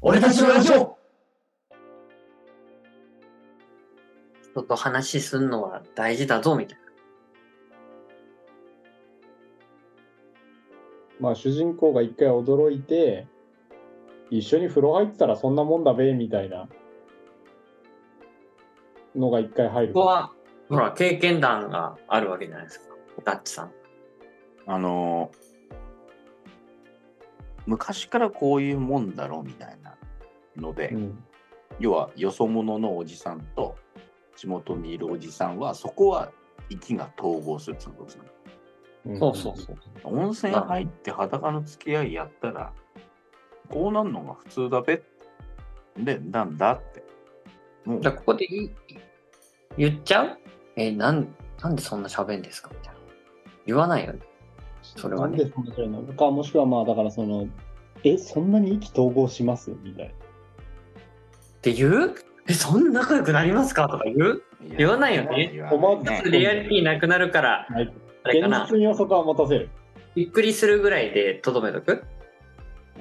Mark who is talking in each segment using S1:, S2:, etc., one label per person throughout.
S1: 俺たちのラジオ
S2: 人と話すんのは大事だぞ、みたい
S3: まあ主人公が一回驚いて一緒に風呂入ってたらそんなもんだべみたいなのが一回入る
S1: ここは、
S2: な。ほら、経験談があるわけじゃないですか。ダッチさん。
S4: あの昔からこういうもんだろみたいなので、
S3: うん
S4: 要はよそ者のおじさんと地元にいるおじさんはそこは息が統合するってことですね。
S3: うん
S2: そう。
S4: 温泉入って裸の付き合いやったらこうなんのが普通だべでなんだってもう
S2: じゃあ、ここでい言っちゃうえなん、なんでそんな喋んですかみたいな。言わないよね。それはね
S3: なんでそんなじゃないのかもしくはまあだからそのえそんなに意気投合しますみたいな
S2: って言うえ、そんな仲良くなりますかとか言う言わないよね
S4: 言わないね
S2: リアリティなくなるから、
S3: はい
S2: あれかな
S3: 現。実にはそこは持たせる
S2: びっくりするぐらいでとどめとく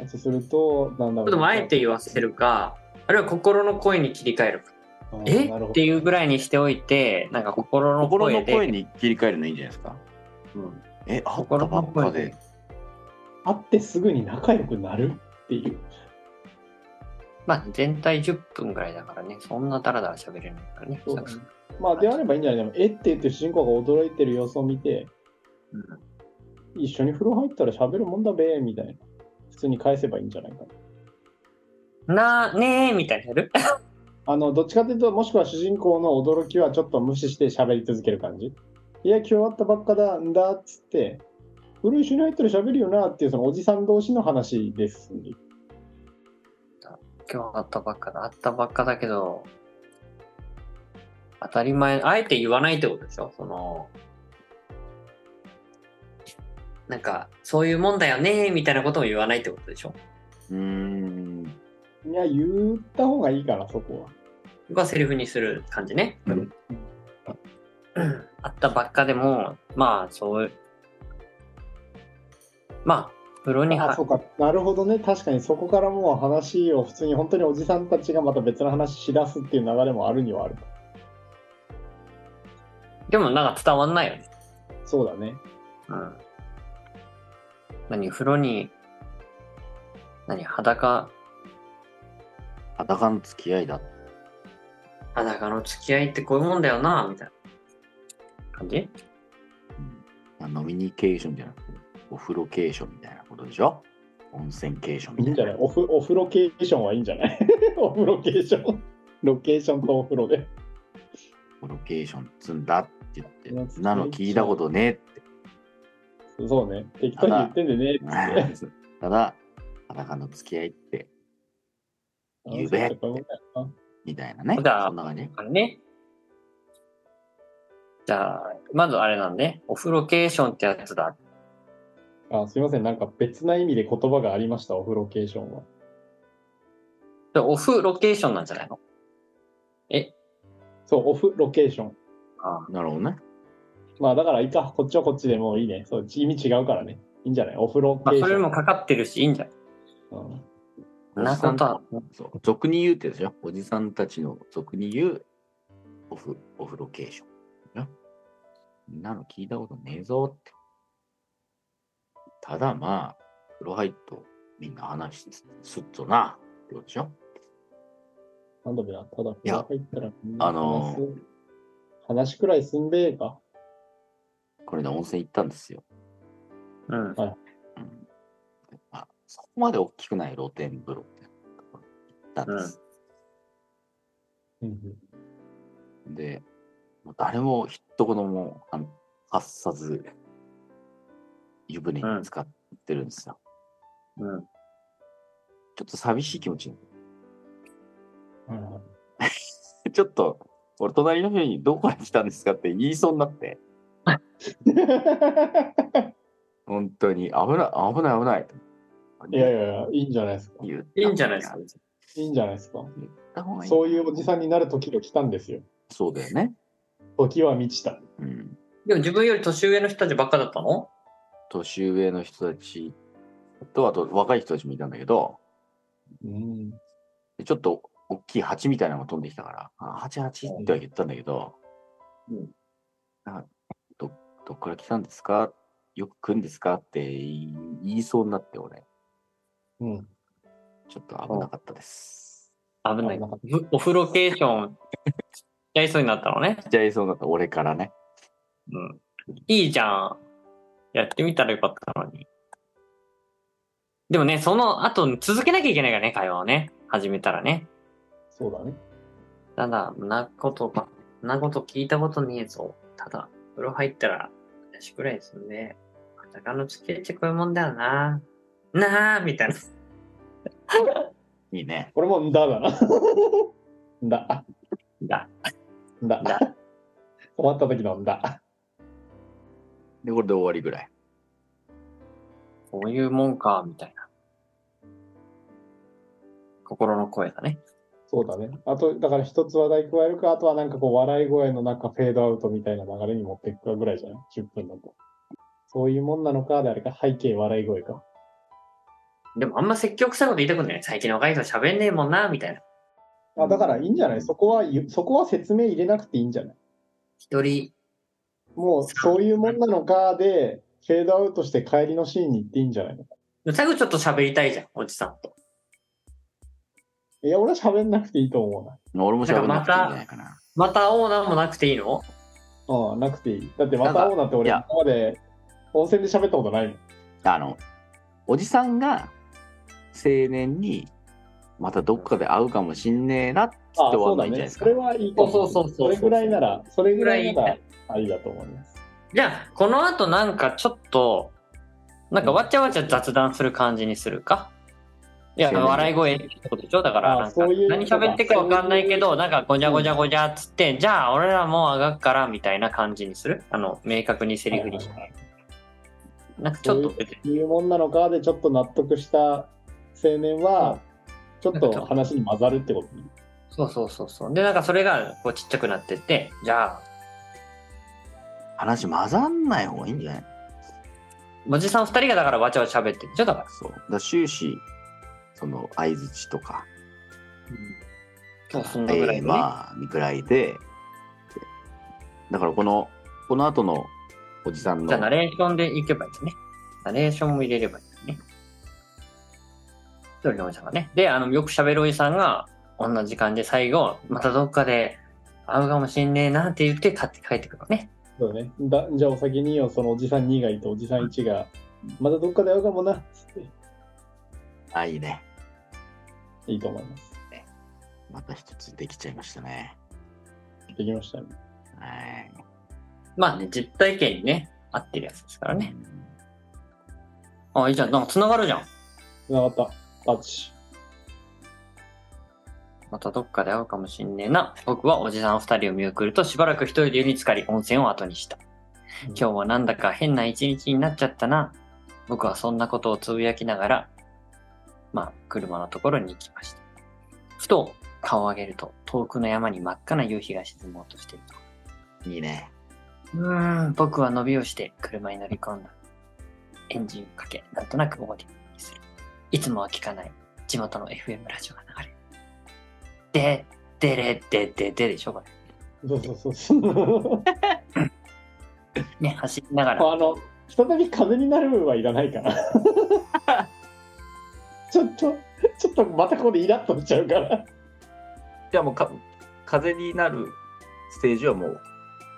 S3: そうするとなんだろう
S2: でもあえて言わせるか、あるいは心の声に切り替えるか。
S3: あー
S2: え
S3: なるほ
S2: っ
S3: ど
S2: ていうぐらいにしておいて、なんか心の
S4: 心
S2: 声
S4: の
S2: で。
S4: 声に切り替えるのいいんじゃないですか
S2: うん
S4: えあった
S2: 心
S4: ば
S2: の
S4: っか
S2: 声
S4: で
S2: で。
S3: 会ってすぐに仲良くなるっていう
S2: まあ全体10分ぐらいだからね、そんなダラダラ喋れないからね。
S3: そうですねまあであればいいんじゃないでもえって言って主人公が驚いてる様子を見て
S2: うん
S3: 一緒に風呂入ったら喋るもんだべみたいな普通に返せばいいんじゃないかな
S2: なーねーみたいなやる
S3: あのどっちかというともしくは主人公の驚きはちょっと無視して喋り続ける感じいや今日会ったばっかだんだっつって風呂一緒に入ったら喋るよなっていうそのおじさん同士の話ですんで
S2: 今日会ったばっかだ。会ったばっかだけど、当たり前、あえて言わないってことでしょその、なんか、そういうもんだよねーみたいなことも言わないってことでしょ
S4: うーん
S3: いや言った方がいいからそこは
S2: がセリフにする感じね。
S4: う
S2: うんん、あったばっかでも、まあそう、まあ、風呂に
S3: あ
S2: は
S3: そうかなるほどね確かにそこからもう話を普通に本当におじさんたちがまた別の話しだすっていう流れもあるにはある
S2: でもなんか伝わんないよね。
S3: そうだね
S2: うん。何、風呂に、何、裸、
S4: 裸の付き合いだ
S2: 裸の付き合いってこういうもんだよな、みたいな感じ
S4: 飲みニケーションじゃなくてお風呂ケーションみたいなことでしょ温泉ケーションみ
S3: い
S4: た
S3: いん
S4: い
S3: じ
S4: な
S3: ゃないオフお風呂ケーションはいいんじゃない お風呂ケーション。ロケーションとお風呂で。
S4: ロケーション積んだって言っ
S3: 夏
S4: て、なの聞いたことねえって。
S3: そうね。適当に言ってんでね。
S4: ただ、裸の付き合いって、ゆべ
S3: そういうことやな
S4: みたいなね。
S2: そうだ
S4: そんな感じ。
S2: あれね。じゃあ、まずあれなんで、お風呂ケーションってやつだ。
S3: あすいません。なんか別な意味で言葉がありました、お風呂ケーションは。
S2: でオフロケーションなんじゃないの
S3: そう、オフロケーション。
S4: なるほどね。
S3: まあだからいいか、こっちはこっちでもういいね。そう、意味違うからね。いいんじゃないオフロ
S2: まあ、
S3: ケーシ
S2: それ
S3: ョン。
S2: もかかってるし、いいんじゃない
S3: うん
S2: そんなことは、
S4: そう俗に言うってでしょ。おじさんたちの俗に言うオフ、オフロケーション。ななの聞いたことねえぞって。ただまあ、風呂入っとみんな話してすっとな。ってことでしょ。
S3: なんだべな、ただ、
S4: いや
S3: 入ったら、
S4: あのー
S3: 話す話くらいすんべえか。
S4: これで温泉行ったんですよ。
S2: うん。
S4: うんまあ、そこまで大きくない露天風呂みたいなところに行ったんです。
S3: うんうん
S4: で、もう誰も一言もあの発さず、湯船に浸かってるんですよ。
S2: うん。
S4: ちょっと寂しい気持ちに。
S3: はいはい
S4: ちょっと、俺、隣の人にどこから来たんですかって言いそうになって、本当に危ない、危ない、危ないと。
S3: いやいやいや、いいんじゃないですか。
S4: 言った
S2: いいんじゃないですか。
S3: いいんじゃないですか。
S4: 言った方がいい。
S3: そういうおじさんになる時が来たんですよ。
S4: そうだよね。
S3: 時は満ちた。
S4: うん。
S2: でも自分より年上の人たちばっかだったの
S4: 年上の人たちとあと若い人たちもいたんだけど
S3: うん。
S4: でちょっと大きい蜂みたいなのが飛んできたから、あ蜂蜂っては言ったんだけど、
S3: うん
S4: なんかどどっから来たんですかよく来るんですかって言い言いそうになって俺、
S3: うん。
S4: ちょっと危なかったです。
S2: 危ない
S3: 危なかっ。
S2: オフロケーション、やりそうになったのね。
S4: 来ちゃいそうになった俺からね。
S2: うん。いいじゃん。やってみたらよかったのに。でもね、その後続けなきゃいけないからね、会話をね。始めたらね。
S3: そうだね。
S2: ただ、んなことば、んなこと聞いたことねえぞ。ただ、風呂入ったら、私くらいですんで、裸の付き合いってこういうもんだよな。なあみたいな。
S4: いいね。
S3: これもんだだな。 んだ、
S2: だ。
S3: んだ。
S2: だ
S3: 終わった時のんだ。
S4: で、これで終わりぐらい。
S2: こういうもんか、みたいな。心の声だね。
S3: そうだね。あと、だから一つ話題加えるか、あとはなんかこう、笑い声のなんかフェードアウトみたいな流れに持っていくかぐらいじゃない ?10 分だと。そういうもんなのか、であれか、背景笑い声か。
S2: でもあんま積極臭いこと言いたくない。最近の若い人は喋んねえもんな、みたいな。
S3: あだからいいんじゃないそこはゆ、そこは説明入れなくていいんじゃない
S2: 一人、
S3: もう、そういうもんなのかで、フェードアウトして帰りのシーンに行っていいんじゃないの
S2: 最後ちょっと喋りたいじゃん、おじさんと。
S3: いや、俺は喋んなくていいと思うな。
S4: 俺も喋らなくていいんじゃないかな。
S2: またオーナーもなくていいの
S3: うん、なくていい。だって、ま
S4: な
S3: た
S4: んか
S3: オーナーって俺、
S4: いや
S3: 今まで温泉で喋ったことないもん。
S4: あの、おじさんが青年にまたどっかで会うかもしんねえなって
S3: あ
S4: 終わ
S3: そ
S4: ん
S3: う
S4: な
S3: だ
S4: いんじゃない
S3: ね。
S4: ですか。
S3: それはいいと思
S2: そうそうそうそう
S3: それぐらいなら、それぐらいな
S2: ぐら
S3: ら
S2: い、
S3: ありだと思います。
S2: じゃあ、この後なんかちょっと、なんかわちゃわちゃ雑談する感じにするか。いや、
S4: そうね
S2: 笑い声ってことでしょだから、
S3: あ
S2: なんか
S3: そういう
S2: 何喋ってるかわかんないけど、なんかごじゃごじゃごじゃっつって、じゃあ俺らもう上がっからみたいな感じにするあの、明確にセリフにし
S3: はいはいはい
S2: なんかちょっと別に、
S3: いうもんなのかでちょっと納得した青年はちょっと話に混ざるってことね
S2: そうそうそうそう。で、なんかそれがこうちっちゃくなってって、じゃあ、
S4: 話混ざんない方がいいんじゃない
S2: おじさん二人がだからわちゃわちゃ喋ってるでしょだから。
S4: そう。だから終始、その相づちとか、
S2: そう、そんな
S4: テ
S2: ぐらい、ね
S4: ーマぐらいで、だからこの、この後のおじさん
S2: じゃあ、ナ
S4: の、
S2: レーションでいけばいいですね。ナレーションも入れればいいですね。一人のおじさんがね。で、あの、よく喋るおじさんが、同じ感じで最後、またどっかで会うかもしんねえなって言って買って帰ってくるのね。
S3: そうねだじゃあお先によそのおじさん2がいておじさん1がまたどっかで会うかもなっつって
S4: あ、いいね。
S3: いいと思います
S4: また一つできちゃいましたね。
S3: できましたね
S4: はい。
S2: まあね、実体験にね、合ってるやつですからね。あ、いいじゃん。なんか繋がるじゃん。
S3: つながったタッチ
S2: またどっかで会うかもしんねえな。僕はおじさん二人を見送るとしばらく一人で湯に浸かり温泉を後にした。今日はなんだか変な一日になっちゃったな。僕はそんなことをつぶやきながら、まあ、車のところに行きました。ふと顔を上げると遠くの山に真っ赤な夕日が沈もうとしていた。
S4: いいね。
S2: うーん、僕は伸びをして車に乗り込んだ。エンジンをかけ、なんとなく表にする。いつもは聞かない地元の FM ラジオが流れる。で、でれ、で、で、ででしょ、こ
S3: そうそうそうそう
S2: れ。ね、走りながら。
S3: あの再び風になるはいらない かなちょっとちょっとまたここでイラッとしちゃうから
S4: じゃあもうか、風になるステージはもう、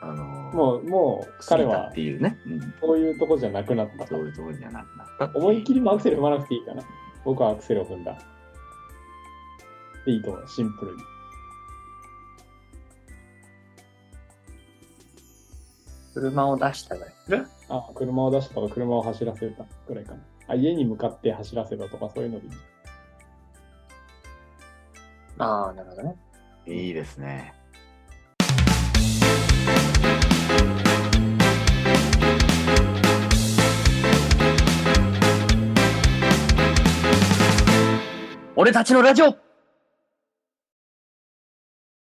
S4: あのー
S3: もうもう
S4: 過
S3: 彼
S4: ぎたっ
S3: は
S4: ていうね。うん
S3: そういうとこじゃなくなった
S4: そういうところにはなくなったってう
S3: 思い切りもアクセル踏まなくていいかな。僕はアクセルを踏んだ。いいと思う、シンプルに。
S2: 車を出したぐらいする
S3: あ、車を出したとか、車を走らせたぐらいかな。あ、家に向かって走らせたとか、そういうのでいい。
S2: ああ、なるほどね。
S4: いいですね。
S2: 俺たちのラジオ